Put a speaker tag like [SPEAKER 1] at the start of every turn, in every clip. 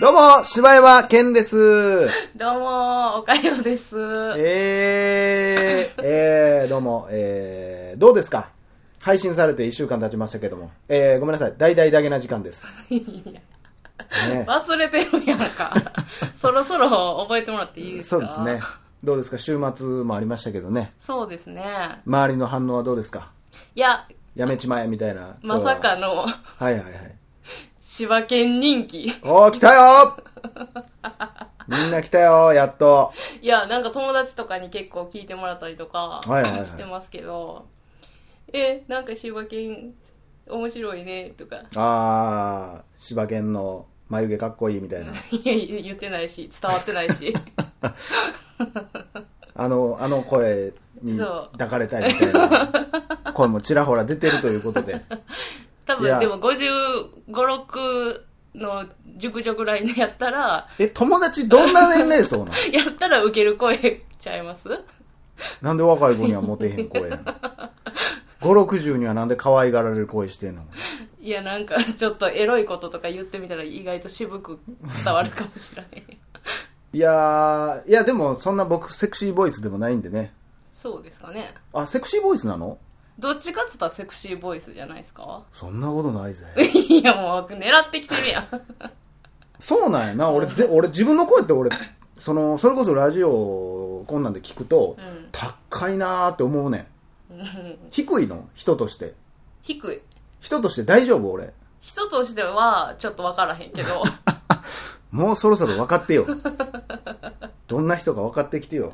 [SPEAKER 1] どうも、柴山健です。
[SPEAKER 2] どうも、おかようです。
[SPEAKER 1] えー、えー、どうも、えー、どうですか配信されて1週間経ちましたけども。えー、ごめんなさい。大々だけな時間です。ね、
[SPEAKER 2] 忘れてるや んか。そろそろ覚えてもらっていいです
[SPEAKER 1] そ
[SPEAKER 2] か
[SPEAKER 1] うですね。。どうですか週末もありましたけどね。
[SPEAKER 2] そうですね。
[SPEAKER 1] 周りの反応はどうですか
[SPEAKER 2] いや、
[SPEAKER 1] やめちまえみたいな。
[SPEAKER 2] まさかの、
[SPEAKER 1] はいはいはい。
[SPEAKER 2] 柴犬人気。い
[SPEAKER 1] おー、来たよみんな来たよやっと。
[SPEAKER 2] や、なんか友達とかに結構聞いてもらったりとか、
[SPEAKER 1] はいはいはい
[SPEAKER 2] してますけど、え、なんか柴犬、面白いね、とか。
[SPEAKER 1] あー、柴犬の眉毛かっこいいみたいな。
[SPEAKER 2] いや、言ってないし、伝わってないし。
[SPEAKER 1] あの、あの声に
[SPEAKER 2] そう
[SPEAKER 1] 抱かれたいみたいな声もちらほら出てるということで。
[SPEAKER 2] 多
[SPEAKER 1] いや
[SPEAKER 2] 分、でも55、6の熟女ぐらいのやったら、
[SPEAKER 1] え、友達どんな年齢層なの
[SPEAKER 2] やったら受ける声ちゃいます
[SPEAKER 1] なんで若い子にはモテへん声やの ?5、60にはなんで可愛がられる声してんの
[SPEAKER 2] いや、なんか、ちょっとエロいこととか言ってみたら意外と渋く伝わるかもしれない。
[SPEAKER 1] いやー、いやでもそんな僕セクシーボイスでもないんでね。
[SPEAKER 2] そうですかね。
[SPEAKER 1] あ、セクシーボイスなの
[SPEAKER 2] どっちかっつったらセクシーボイスじゃないですか
[SPEAKER 1] そんなことないぜ。
[SPEAKER 2] いや、もう狙ってきてるやん。
[SPEAKER 1] そうなんやな。俺、ぜ俺自分の声って俺、その、それこそラジオこんなんで聞くと、
[SPEAKER 2] うん
[SPEAKER 1] 高いなーって思うねん。低いの人として。
[SPEAKER 2] 低い。
[SPEAKER 1] 人として大丈夫俺。
[SPEAKER 2] 人としては、ちょっとわからへんけ ど、
[SPEAKER 1] もうそろそろ分かってよ。どんな人か分かってきてよ。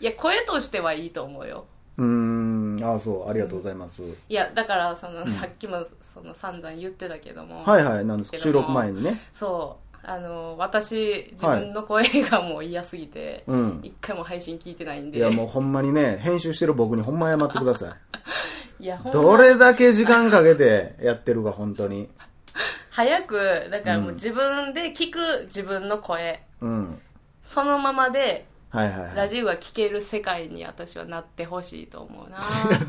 [SPEAKER 2] いや、声としてはいいと思うよ。
[SPEAKER 1] うーん、ああ、そう、ありがとうございます。
[SPEAKER 2] いや、だから、その、さっきも、その、散々言ってたけども、
[SPEAKER 1] はいはい、なんです
[SPEAKER 2] けど
[SPEAKER 1] 収録前にね。
[SPEAKER 2] そう、あの、私、自分の声がもう嫌すぎて、
[SPEAKER 1] うん。
[SPEAKER 2] 一回も配信聞いてないん
[SPEAKER 1] い
[SPEAKER 2] で。
[SPEAKER 1] や、もうほんまにね、編集してる僕にほんま謝ってくださ
[SPEAKER 2] いや、ほ
[SPEAKER 1] い。
[SPEAKER 2] んま
[SPEAKER 1] どれだけ時間かけてやってるか、本当に。
[SPEAKER 2] 早く、だからもううん自分で聞く自分の声、
[SPEAKER 1] うん。
[SPEAKER 2] そのままで、
[SPEAKER 1] はいはいは
[SPEAKER 2] ラ
[SPEAKER 1] い。
[SPEAKER 2] ジオが聴ける世界に私はなってほしい と思うな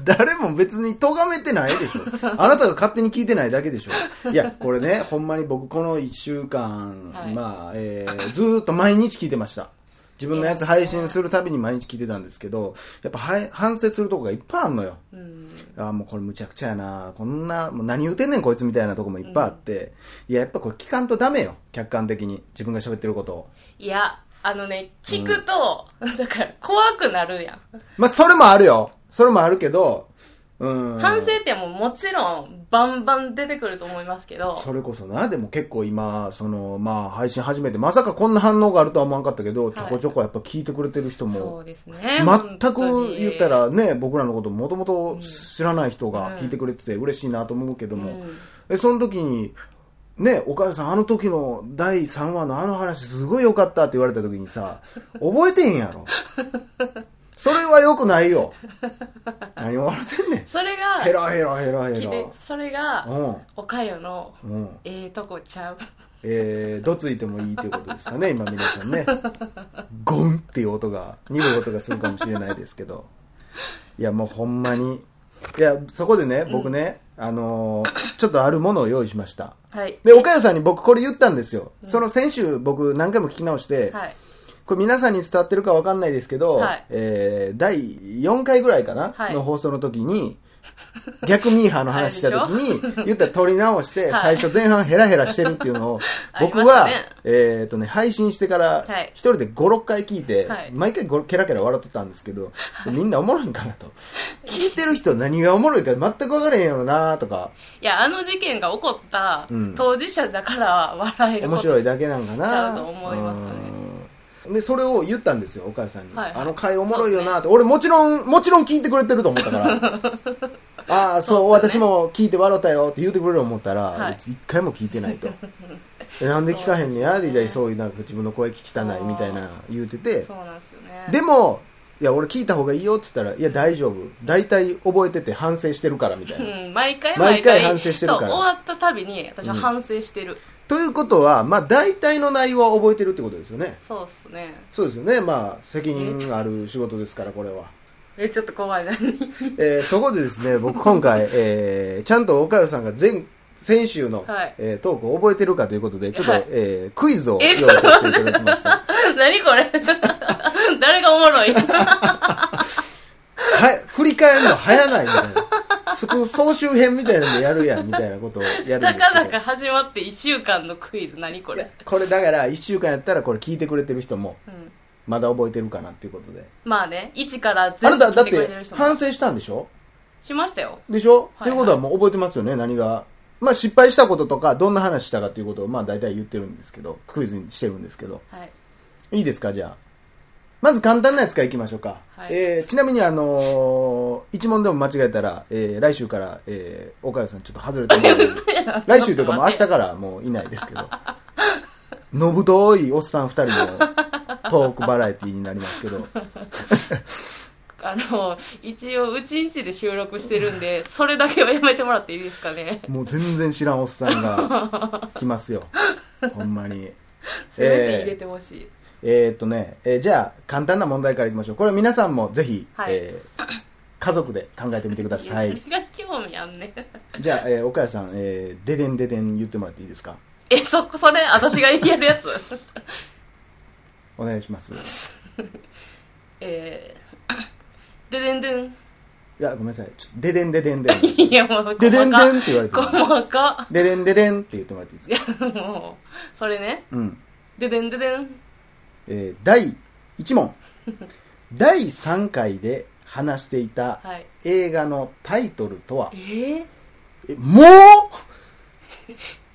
[SPEAKER 1] 誰も別に咎めてないで しょ。あなたが勝手に聞いてないだけでしょ。いや、これね、ほんまに僕この1週間、
[SPEAKER 2] はい
[SPEAKER 1] まあ、えー、ずーっと毎日聞いてました。自分のやつ配信するたびに毎日聞いてたんですけど、やっぱはい反省するとこがいっぱいあんのよ。
[SPEAKER 2] うん。
[SPEAKER 1] あーもうこれむちゃくちゃやな。こんな、もう何言うてんねんこいつみたいなとこもいっぱいあって。いや、やっぱこれ聞かんとダメよ。客観的に。自分が喋ってることを。
[SPEAKER 2] いや、あのね、聞くと、だから怖くなるやん。
[SPEAKER 1] まあ、それもあるよ。それもあるけど、うん。
[SPEAKER 2] 反省点ももちろん、バンバン出てくると思いますけど、
[SPEAKER 1] それこそな、でも結構今、その、まあ、配信始めて、まさかこんな反応があるとは思わんかったけど、
[SPEAKER 2] い
[SPEAKER 1] ちょこちょこやっぱ聞いてくれてる人
[SPEAKER 2] そ
[SPEAKER 1] も、
[SPEAKER 2] うですね。
[SPEAKER 1] 全
[SPEAKER 2] 本当
[SPEAKER 1] く
[SPEAKER 2] に
[SPEAKER 1] 言った、らね、僕らのこともともと知らない人が聞いてくれてて嬉しいなと思うけど
[SPEAKER 2] う
[SPEAKER 1] も、
[SPEAKER 2] ん
[SPEAKER 1] えその時に、ね、お母さん、あの時の第3話のあの話、すごい良かったって言われた時に さ、覚えてへんやろ。それは良くないよ。何を笑ってんねん。
[SPEAKER 2] それが、
[SPEAKER 1] ヘラヘラヘラ
[SPEAKER 2] 聞
[SPEAKER 1] ヘ
[SPEAKER 2] いて
[SPEAKER 1] ラ。
[SPEAKER 2] それが、
[SPEAKER 1] う
[SPEAKER 2] おかよの、
[SPEAKER 1] ん。うん。
[SPEAKER 2] ええとこちゃう。
[SPEAKER 1] えー、どついてもいいということですかね、今皆さんね。ゴンっていう音が、鈍い音がするかもしれないですけど。いや、もうほんまに。いや、そこでね、僕ね、あのーちょっとあるものを用意しました。
[SPEAKER 2] はい。
[SPEAKER 1] で、岡谷さんに僕これ言ったんですよ。その先週僕何回も聞き直して、
[SPEAKER 2] はい。
[SPEAKER 1] これ皆さんに伝わってるかわかんないですけど、
[SPEAKER 2] はい
[SPEAKER 1] えー、第4回ぐらいかな、
[SPEAKER 2] はい
[SPEAKER 1] の放送の時に、逆ミーハーの話した時に、 言ったら取り直して、
[SPEAKER 2] は
[SPEAKER 1] 最
[SPEAKER 2] い、
[SPEAKER 1] 初前半ヘラヘラしてるっていうのを
[SPEAKER 2] あり
[SPEAKER 1] 僕
[SPEAKER 2] ました
[SPEAKER 1] は、
[SPEAKER 2] ね
[SPEAKER 1] えっ、とね、配信してから
[SPEAKER 2] はい、
[SPEAKER 1] 一人で5、6回聞いて、
[SPEAKER 2] はい
[SPEAKER 1] 毎回ごケラケラ笑ってたんですけど、みんなおもろいんかなと。聞いてる人何がおもろいか全く分からへんやろなとか、
[SPEAKER 2] いや、あの事件が起こった
[SPEAKER 1] うん
[SPEAKER 2] 当事者だから笑えるこ
[SPEAKER 1] 面
[SPEAKER 2] と。
[SPEAKER 1] 白いだけなんかな
[SPEAKER 2] ちゃうと思いますかね
[SPEAKER 1] うんでそれを言ったんですよ岡谷さんに、
[SPEAKER 2] はいはい
[SPEAKER 1] あの回おもろいよなって、俺もちろんもちろん聞いてくれてると思ったから ああそう
[SPEAKER 2] そうっす
[SPEAKER 1] 私も聞いて笑ったよって言ってくれると思ったら、
[SPEAKER 2] はい
[SPEAKER 1] 別に一回も聞いて ないとえなんで聞かへんねや
[SPEAKER 2] そうですね
[SPEAKER 1] でいやそういうなんか自分の声聞きたないみたいな言うてて
[SPEAKER 2] そうなんですよね。
[SPEAKER 1] でもいや俺聞いた方がいいよって言ったらいや大丈夫大体覚えてて反省してるからみたいな、
[SPEAKER 2] うん、毎回
[SPEAKER 1] 毎回反省してるから
[SPEAKER 2] そう、終わったたびに私は反省してる。
[SPEAKER 1] ということはまあ大体の内容は覚えてるってことですよね
[SPEAKER 2] そうっすね。
[SPEAKER 1] そうですよね。まあ、責任ある仕事ですから、これは。
[SPEAKER 2] え、ちょっと怖いな。
[SPEAKER 1] えーそこでですね、僕今回、えーちゃんと岡谷さんが前、先週の、
[SPEAKER 2] はい
[SPEAKER 1] えートークを覚えてるかということで、ちょっと、
[SPEAKER 2] はい
[SPEAKER 1] えークイズを用
[SPEAKER 2] え
[SPEAKER 1] 意させていただきました。
[SPEAKER 2] 何これ 誰がおもろい
[SPEAKER 1] は振り返るの早ないみたいな。普通総集編みたいなのでやるやんみたいなことをやるんですけど。
[SPEAKER 2] なかなか始まって1週間のクイズ何こ
[SPEAKER 1] いや
[SPEAKER 2] れ、
[SPEAKER 1] これだから1週間やったらこれ聞いてくれてる人も
[SPEAKER 2] うん、
[SPEAKER 1] まだ覚えてるかなっていうことで。
[SPEAKER 2] まあね1から
[SPEAKER 1] あ
[SPEAKER 2] 全
[SPEAKER 1] な
[SPEAKER 2] 部
[SPEAKER 1] ただ
[SPEAKER 2] 聞い
[SPEAKER 1] って
[SPEAKER 2] くれてる
[SPEAKER 1] て
[SPEAKER 2] 人も
[SPEAKER 1] 反省したんでしょ
[SPEAKER 2] しましたよ
[SPEAKER 1] でしょ、
[SPEAKER 2] はいはい
[SPEAKER 1] ということはもう覚えてますよね、何が。まあ失敗したこととか、どんな話したかということをまあ大体言ってるんですけど、クイズにしてるんですけど。
[SPEAKER 2] はい
[SPEAKER 1] いいですか、じゃあ。まず簡単なやつからいきましょうか。
[SPEAKER 2] はい
[SPEAKER 1] えーちなみにあのー一問でも間違えたら、えー来週から、えー、岡谷さんちょっと外れてもらう 来週というかもう明日からもういないですけど。のぶといおっさん二人のトークバラエティーになりますけど。
[SPEAKER 2] あの一応うちんちで収録してるんでそれだけはやめてもらっていいですかね
[SPEAKER 1] もう全然知らんおっさん が来ますよ。ほんまに。
[SPEAKER 2] せめて入れてほしい、
[SPEAKER 1] えーっとね、えーじゃあ簡単な問題からいきましょう。これ皆さんもぜひ、
[SPEAKER 2] はい
[SPEAKER 1] えー家族で考えてみてください。
[SPEAKER 2] 何が興味あんね ん
[SPEAKER 1] じゃあ、えー、岡谷さん、えー、ででんででん言ってもらっていいですか
[SPEAKER 2] えそこそれ私がやるやつ
[SPEAKER 1] お願いします。
[SPEAKER 2] えー、で でんでん
[SPEAKER 1] いや、ごめんなさい。ちょっと、ででんででん でん。
[SPEAKER 2] いやもう
[SPEAKER 1] でで
[SPEAKER 2] 細
[SPEAKER 1] んでん
[SPEAKER 2] か
[SPEAKER 1] って言われてる。
[SPEAKER 2] 細か
[SPEAKER 1] ででんででんって言ってもらっていいです
[SPEAKER 2] い
[SPEAKER 1] か
[SPEAKER 2] やもうそれね
[SPEAKER 1] うん。
[SPEAKER 2] ででんででん
[SPEAKER 1] えー、第1問。第3回で話していた
[SPEAKER 2] はい
[SPEAKER 1] 映画のタイトルとは
[SPEAKER 2] え、ー、
[SPEAKER 1] え、も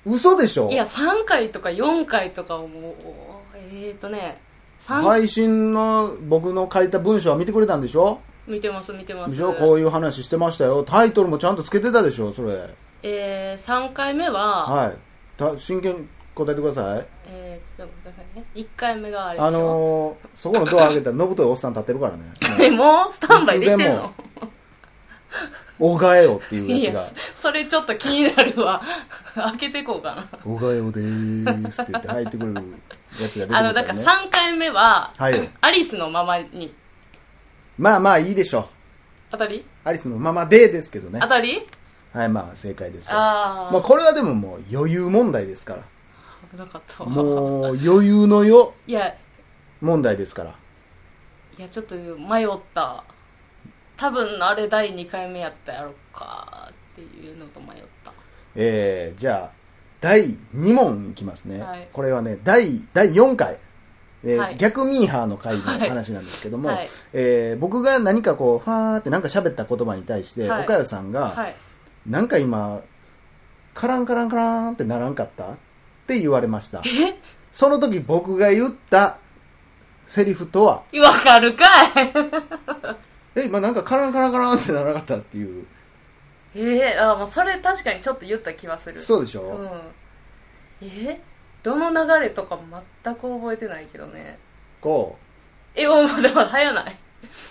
[SPEAKER 1] う嘘でしょ
[SPEAKER 2] いや3回とか4回とかをもうえー、とね3、
[SPEAKER 1] 配信の僕の書いた文章は見てくれたんでしょ
[SPEAKER 2] 見てます見てます
[SPEAKER 1] でしょこういう話してましたよ。タイトルもちゃんとつけてたでしょそれ。
[SPEAKER 2] えー、3回目は、
[SPEAKER 1] はい。た真剣に答えてください。
[SPEAKER 2] えー、ちょっとごめんなさいね1回目があれでしょ、
[SPEAKER 1] あのー、そこのドア開けたら、信とおっさん立ってるからね。
[SPEAKER 2] でもスタンバイできてんの
[SPEAKER 1] おがえよっていう
[SPEAKER 2] い
[SPEAKER 1] やつ
[SPEAKER 2] や
[SPEAKER 1] が、
[SPEAKER 2] それちょっと気になるわ 開けてこうかな
[SPEAKER 1] おがえよでーすって言って入ってくるやつが出てくるから、
[SPEAKER 2] あ
[SPEAKER 1] ね。
[SPEAKER 2] のだから3回目は、
[SPEAKER 1] はい
[SPEAKER 2] アリスのままに
[SPEAKER 1] まあまあいいでしょう。
[SPEAKER 2] 当たり
[SPEAKER 1] アリスのままでですけどね
[SPEAKER 2] 当。たり
[SPEAKER 1] はい、まあ正解ですよ。
[SPEAKER 2] ああ、
[SPEAKER 1] まあこれはでももう余裕問題ですか
[SPEAKER 2] 危なかった
[SPEAKER 1] ら。
[SPEAKER 2] わ
[SPEAKER 1] もう余裕のよ
[SPEAKER 2] いや
[SPEAKER 1] 問題ですから。
[SPEAKER 2] いやちょっと迷った多分あれ第2回目やったやろかっていうのと迷った
[SPEAKER 1] えー、じゃあ、第2問いきますね。
[SPEAKER 2] はい
[SPEAKER 1] これはね、第、第4回。えー
[SPEAKER 2] はい
[SPEAKER 1] 逆ミーハーの回の話なんですけども、
[SPEAKER 2] はい
[SPEAKER 1] えー僕が何かこう、ファーってなんか喋った言葉に対して、
[SPEAKER 2] はい
[SPEAKER 1] 岡谷さんが、
[SPEAKER 2] はい
[SPEAKER 1] なんか今、カランカランカランってならんかったって言われました。その時僕が言ったセリフとは、
[SPEAKER 2] わかるかい
[SPEAKER 1] え、今なんかカランカランカランってならなかったっていう。
[SPEAKER 2] ええあもうそれ確かにちょっと言った気はする
[SPEAKER 1] そうでしょ、
[SPEAKER 2] うんえどの流れとか全く覚えてないけどね
[SPEAKER 1] 五
[SPEAKER 2] えもうまだまだ早ない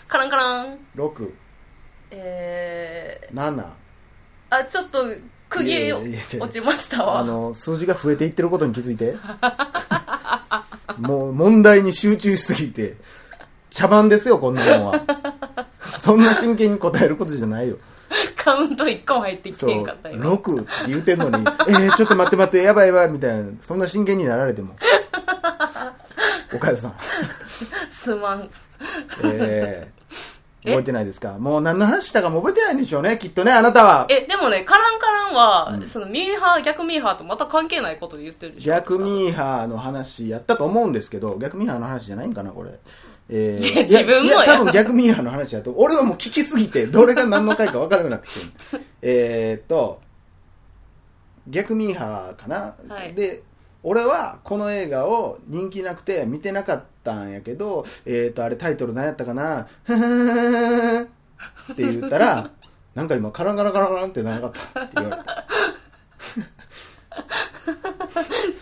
[SPEAKER 2] カランカラン
[SPEAKER 1] 六
[SPEAKER 2] え
[SPEAKER 1] 七
[SPEAKER 2] ー、あちょっと
[SPEAKER 1] い
[SPEAKER 2] 釘
[SPEAKER 1] や
[SPEAKER 2] を
[SPEAKER 1] いやいや
[SPEAKER 2] 落ちましたわ
[SPEAKER 1] あの、数字が増えていってることに気づいて。もう問題に集中しすぎて、茶番ですよ、こんなのは。そんな真剣に答えることじゃないよ。
[SPEAKER 2] カウント1個も入ってき
[SPEAKER 1] そう、
[SPEAKER 2] てんかった今
[SPEAKER 1] 6って言うてんのに、えー、ちょっと待って待って、やばいやばい、みたいな、そんな真剣になられても。岡田さん、
[SPEAKER 2] すまん
[SPEAKER 1] えー、
[SPEAKER 2] え
[SPEAKER 1] 覚えてないですかもう何の話したかも覚えてないんでしょうね、きっとね、あなたは。
[SPEAKER 2] えでもねカランカランは、そのミーハー逆ミーハーとまた関係ないこと言ってるでしょ
[SPEAKER 1] 逆ミーハーの話やったと思うんですけど、逆ミーハーの話じゃないんかな、これ。え
[SPEAKER 2] いや自分も
[SPEAKER 1] いやい
[SPEAKER 2] や
[SPEAKER 1] や多分逆ミーハーの話だと、俺はもう聞きすぎ て、どれが何の回か分からなくなってきてるえーっと、逆ミーハーかな、
[SPEAKER 2] はい
[SPEAKER 1] で、俺はこの映画を人気なくて見てなかったんやけど、えーっと、あれタイトル何やったかな、ふふふふって言った ら、なんか今カランカランカランカランってならなかったって言われた。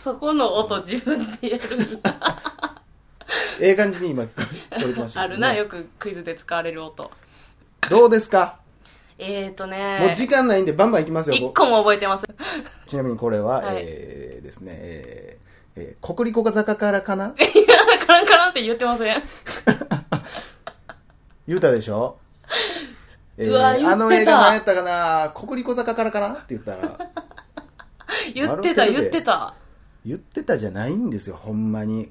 [SPEAKER 2] そこの音自分でやるんや
[SPEAKER 1] ええ感じに今、取れてました
[SPEAKER 2] あ
[SPEAKER 1] けどね、
[SPEAKER 2] るなよくクイズで使われる音
[SPEAKER 1] どうですか
[SPEAKER 2] えーと
[SPEAKER 1] もう
[SPEAKER 2] ね
[SPEAKER 1] 時間ないんでバンバンいきますよ。
[SPEAKER 2] 1個も覚えてます
[SPEAKER 1] ちなみにこれは、
[SPEAKER 2] はい
[SPEAKER 1] えー、ですね、えー、えー、国立小坂からかな
[SPEAKER 2] カランカランって言ってません
[SPEAKER 1] 言うたでしょえ
[SPEAKER 2] うわ言ってた
[SPEAKER 1] あの映画何やったかな国立小坂からかなって言ったら、
[SPEAKER 2] 言ってた
[SPEAKER 1] 笑うてるで
[SPEAKER 2] 言ってた
[SPEAKER 1] 言ってたじゃないんですよ、ほんまに。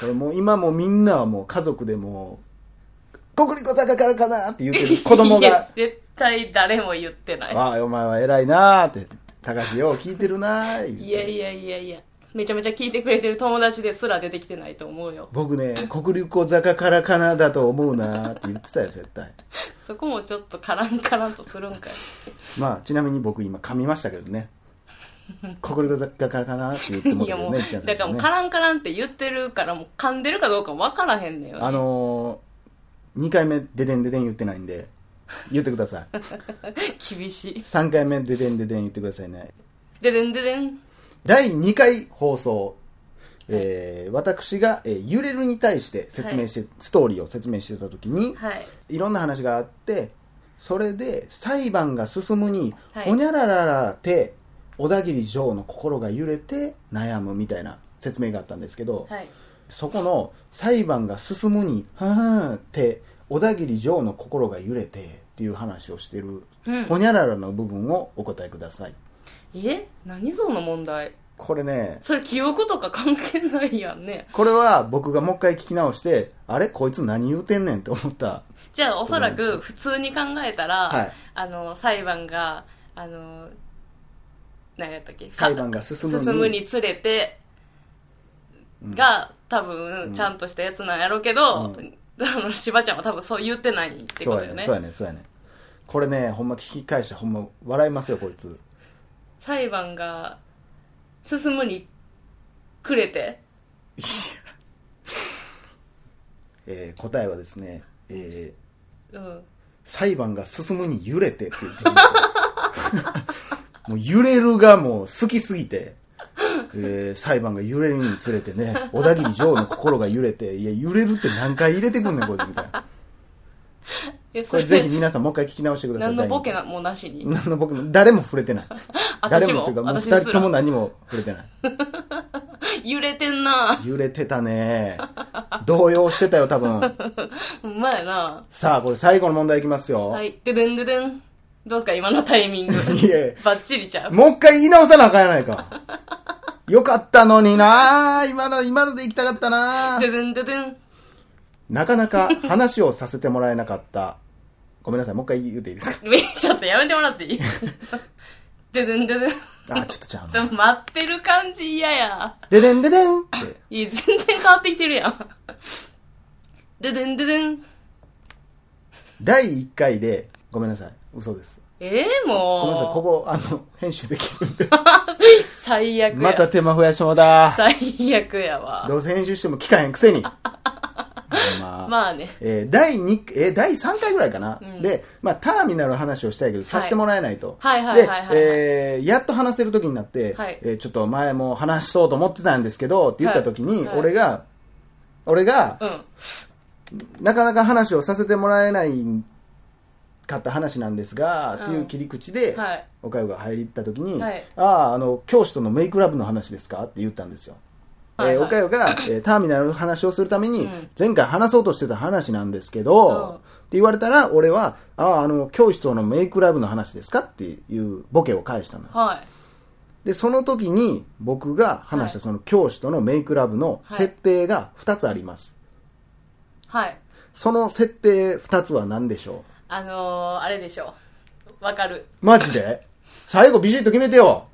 [SPEAKER 1] これもう今もうみんなはもう家族でもう、国立小坂からかなって言ってる子供
[SPEAKER 2] いや
[SPEAKER 1] が、
[SPEAKER 2] 絶対誰も言ってない
[SPEAKER 1] ああ、お前は偉いなーって、高橋よう聞いてるなー言うて
[SPEAKER 2] いやいやいやいやめちゃめちゃ聞いてくれてる友達ですら出てきてないと思うよ
[SPEAKER 1] 僕ね、国立小坂からかなだと思うなーって言ってたよ、絶対。
[SPEAKER 2] そこもちょっとカランカランとするんかい
[SPEAKER 1] まあ、ちなみに僕今噛みましたけどね。国立小坂からかなって言っても
[SPEAKER 2] い
[SPEAKER 1] ら
[SPEAKER 2] や
[SPEAKER 1] った
[SPEAKER 2] も
[SPEAKER 1] けどね、い
[SPEAKER 2] う、
[SPEAKER 1] っちゃんさんね
[SPEAKER 2] だからもうカランカランって言ってるからもう噛んでるかどうかわからへんねんよ、ね、
[SPEAKER 1] あのー、2回目、ででんででん言ってないんで、言ってください。
[SPEAKER 2] 厳しい
[SPEAKER 1] 3回目、ででんででん言ってくださいね。
[SPEAKER 2] ででんででん
[SPEAKER 1] 第2回放送、えー私が、えー揺れるに対して説明して、ストーリーを説明してた時に、
[SPEAKER 2] はい
[SPEAKER 1] いろんな話があって、それで裁判が進むに、
[SPEAKER 2] はい
[SPEAKER 1] ほにゃらららて、小田切城の心が揺れて悩むみたいな説明があったんですけど、
[SPEAKER 2] はい
[SPEAKER 1] そこの裁判が進むに、はーんって、小田切城の心が揺れてっていう話をしてる、
[SPEAKER 2] うん
[SPEAKER 1] ほにゃららの部分をお答えください。
[SPEAKER 2] え何その問題
[SPEAKER 1] これね、
[SPEAKER 2] それ記憶とか関係ないやんね
[SPEAKER 1] これは僕がもう一回聞き直して、あれこいつ何言うてんねんって思った。
[SPEAKER 2] じゃあおそらく普通に考えたら、
[SPEAKER 1] はい
[SPEAKER 2] あの裁判があの何やったっけ
[SPEAKER 1] 裁判が進むに
[SPEAKER 2] 進むにつれてが、多分ちゃんとしたやつなんやろうけど、
[SPEAKER 1] う
[SPEAKER 2] あのしばちゃんは多分そう言ってないって
[SPEAKER 1] そ
[SPEAKER 2] こ
[SPEAKER 1] う
[SPEAKER 2] と
[SPEAKER 1] や
[SPEAKER 2] よ
[SPEAKER 1] ね、
[SPEAKER 2] ね
[SPEAKER 1] そうやね、そうやね。これね、ほんま聞き返してほんま笑いますよ、こいつ。
[SPEAKER 2] 裁判が進むにくれて
[SPEAKER 1] えー答えはですね、えー
[SPEAKER 2] うん
[SPEAKER 1] 裁判が進むに揺れてって言ってるんです よもう揺れるがもう好きすぎて、えー裁判が揺れるにつれてね、小田切城の心が揺れて、いや、揺れるって何回入れてくんねん、こいつみたいな。
[SPEAKER 2] え
[SPEAKER 1] こ
[SPEAKER 2] そ
[SPEAKER 1] れ
[SPEAKER 2] れ
[SPEAKER 1] ぜひ皆さんもう一回聞き直してください。
[SPEAKER 2] 何のボケ
[SPEAKER 1] 第
[SPEAKER 2] なもなしに
[SPEAKER 1] 二回何のボケも、誰も触れてない。誰
[SPEAKER 2] 私
[SPEAKER 1] もっ
[SPEAKER 2] も
[SPEAKER 1] ていうか、もう
[SPEAKER 2] 私
[SPEAKER 1] 二
[SPEAKER 2] です
[SPEAKER 1] 人とも
[SPEAKER 2] ら
[SPEAKER 1] 何も触れて ない。
[SPEAKER 2] 揺れてんな
[SPEAKER 1] 揺れてたね。動揺してたよ、多分。
[SPEAKER 2] ほんまやな
[SPEAKER 1] さあ、これ最後の問題いきますよ。
[SPEAKER 2] はいででんででんどうですか今のタイ ミング
[SPEAKER 1] いや
[SPEAKER 2] バッチリちゃう
[SPEAKER 1] もう一回言い直さなあかんやないか。よかったのにな今の、今ので行きたかったな
[SPEAKER 2] ででんででん
[SPEAKER 1] なかなか話をさせてもらえなかった。ごめんなさい、もう一回言うていいですか
[SPEAKER 2] えちょっとやめてもらって いいででんででん
[SPEAKER 1] あ、ちょっとちゃう
[SPEAKER 2] ちょ
[SPEAKER 1] な
[SPEAKER 2] っと 待ってる感じ嫌や
[SPEAKER 1] ででんででんって。
[SPEAKER 2] いや全然変わってきてるやんででんででん
[SPEAKER 1] 第1回で、ごめんなさい、嘘です。
[SPEAKER 2] えー、
[SPEAKER 1] ごめんなさい、こ
[SPEAKER 2] も
[SPEAKER 1] こ、あの、編集できる んで。
[SPEAKER 2] う最悪や
[SPEAKER 1] また手間増やしもだ。
[SPEAKER 2] 最悪やわ。
[SPEAKER 1] どうせ編集しても聞かへんくせに。まあ
[SPEAKER 2] まあね。
[SPEAKER 1] えー第2、えー第3回ぐらいかな、
[SPEAKER 2] うん
[SPEAKER 1] で、まあ、ターミナルの話をしたいけど、させてもらえないと。
[SPEAKER 2] はいはい
[SPEAKER 1] で
[SPEAKER 2] はいはい、はい
[SPEAKER 1] えーやっと話せる時になって、
[SPEAKER 2] はい
[SPEAKER 1] えーちょっと前も話そうと思ってたんですけど、って言った時に、
[SPEAKER 2] はいはい
[SPEAKER 1] 俺が、俺が、
[SPEAKER 2] うん。
[SPEAKER 1] なかなか話をさせてもらえないかった話なんですが、っていう切り口で、
[SPEAKER 2] はい。
[SPEAKER 1] おかゆが入りった時に、
[SPEAKER 2] はい
[SPEAKER 1] ああ、あの、教師とのメイクラブの話ですかって言ったんですよ。
[SPEAKER 2] はい
[SPEAKER 1] えー
[SPEAKER 2] はい
[SPEAKER 1] おかゆ が、えーターミナルの話をするために、
[SPEAKER 2] うん
[SPEAKER 1] 前回話そうとしてた話なんですけど、
[SPEAKER 2] うん
[SPEAKER 1] って言われたら、俺は、ああ、あの、教師とのメイクラブの話ですかっていうボケを返したのよ。
[SPEAKER 2] はい。
[SPEAKER 1] で、その時に僕が話したその教師とのメイクラブの設定が2つあります。
[SPEAKER 2] はい。
[SPEAKER 1] その設定2つは何でしょ
[SPEAKER 2] あのー、あれでしょう。わかる。
[SPEAKER 1] うマジで最後ビシッと決めてよ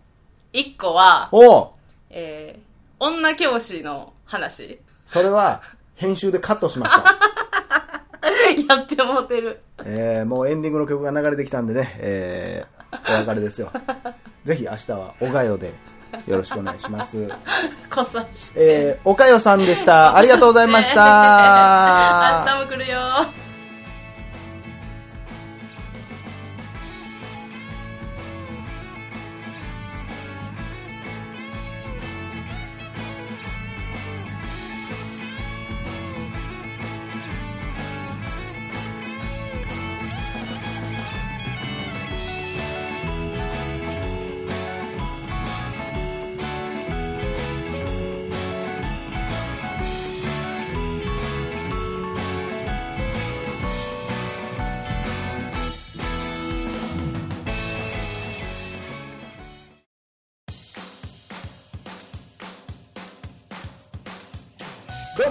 [SPEAKER 2] 一個は、
[SPEAKER 1] おう
[SPEAKER 2] えー、女教師の話。
[SPEAKER 1] それは編集でカットしました。
[SPEAKER 2] やってもうてる。
[SPEAKER 1] えーもうエンディングの曲が流れてきたんでね、えーお別れですよ。 ぜひ明日はおがよでよろしくお願いします。
[SPEAKER 2] こさして。
[SPEAKER 1] えーおかよさんでした。ありがとうございました。
[SPEAKER 2] 明日も来るよ
[SPEAKER 3] 「
[SPEAKER 1] どう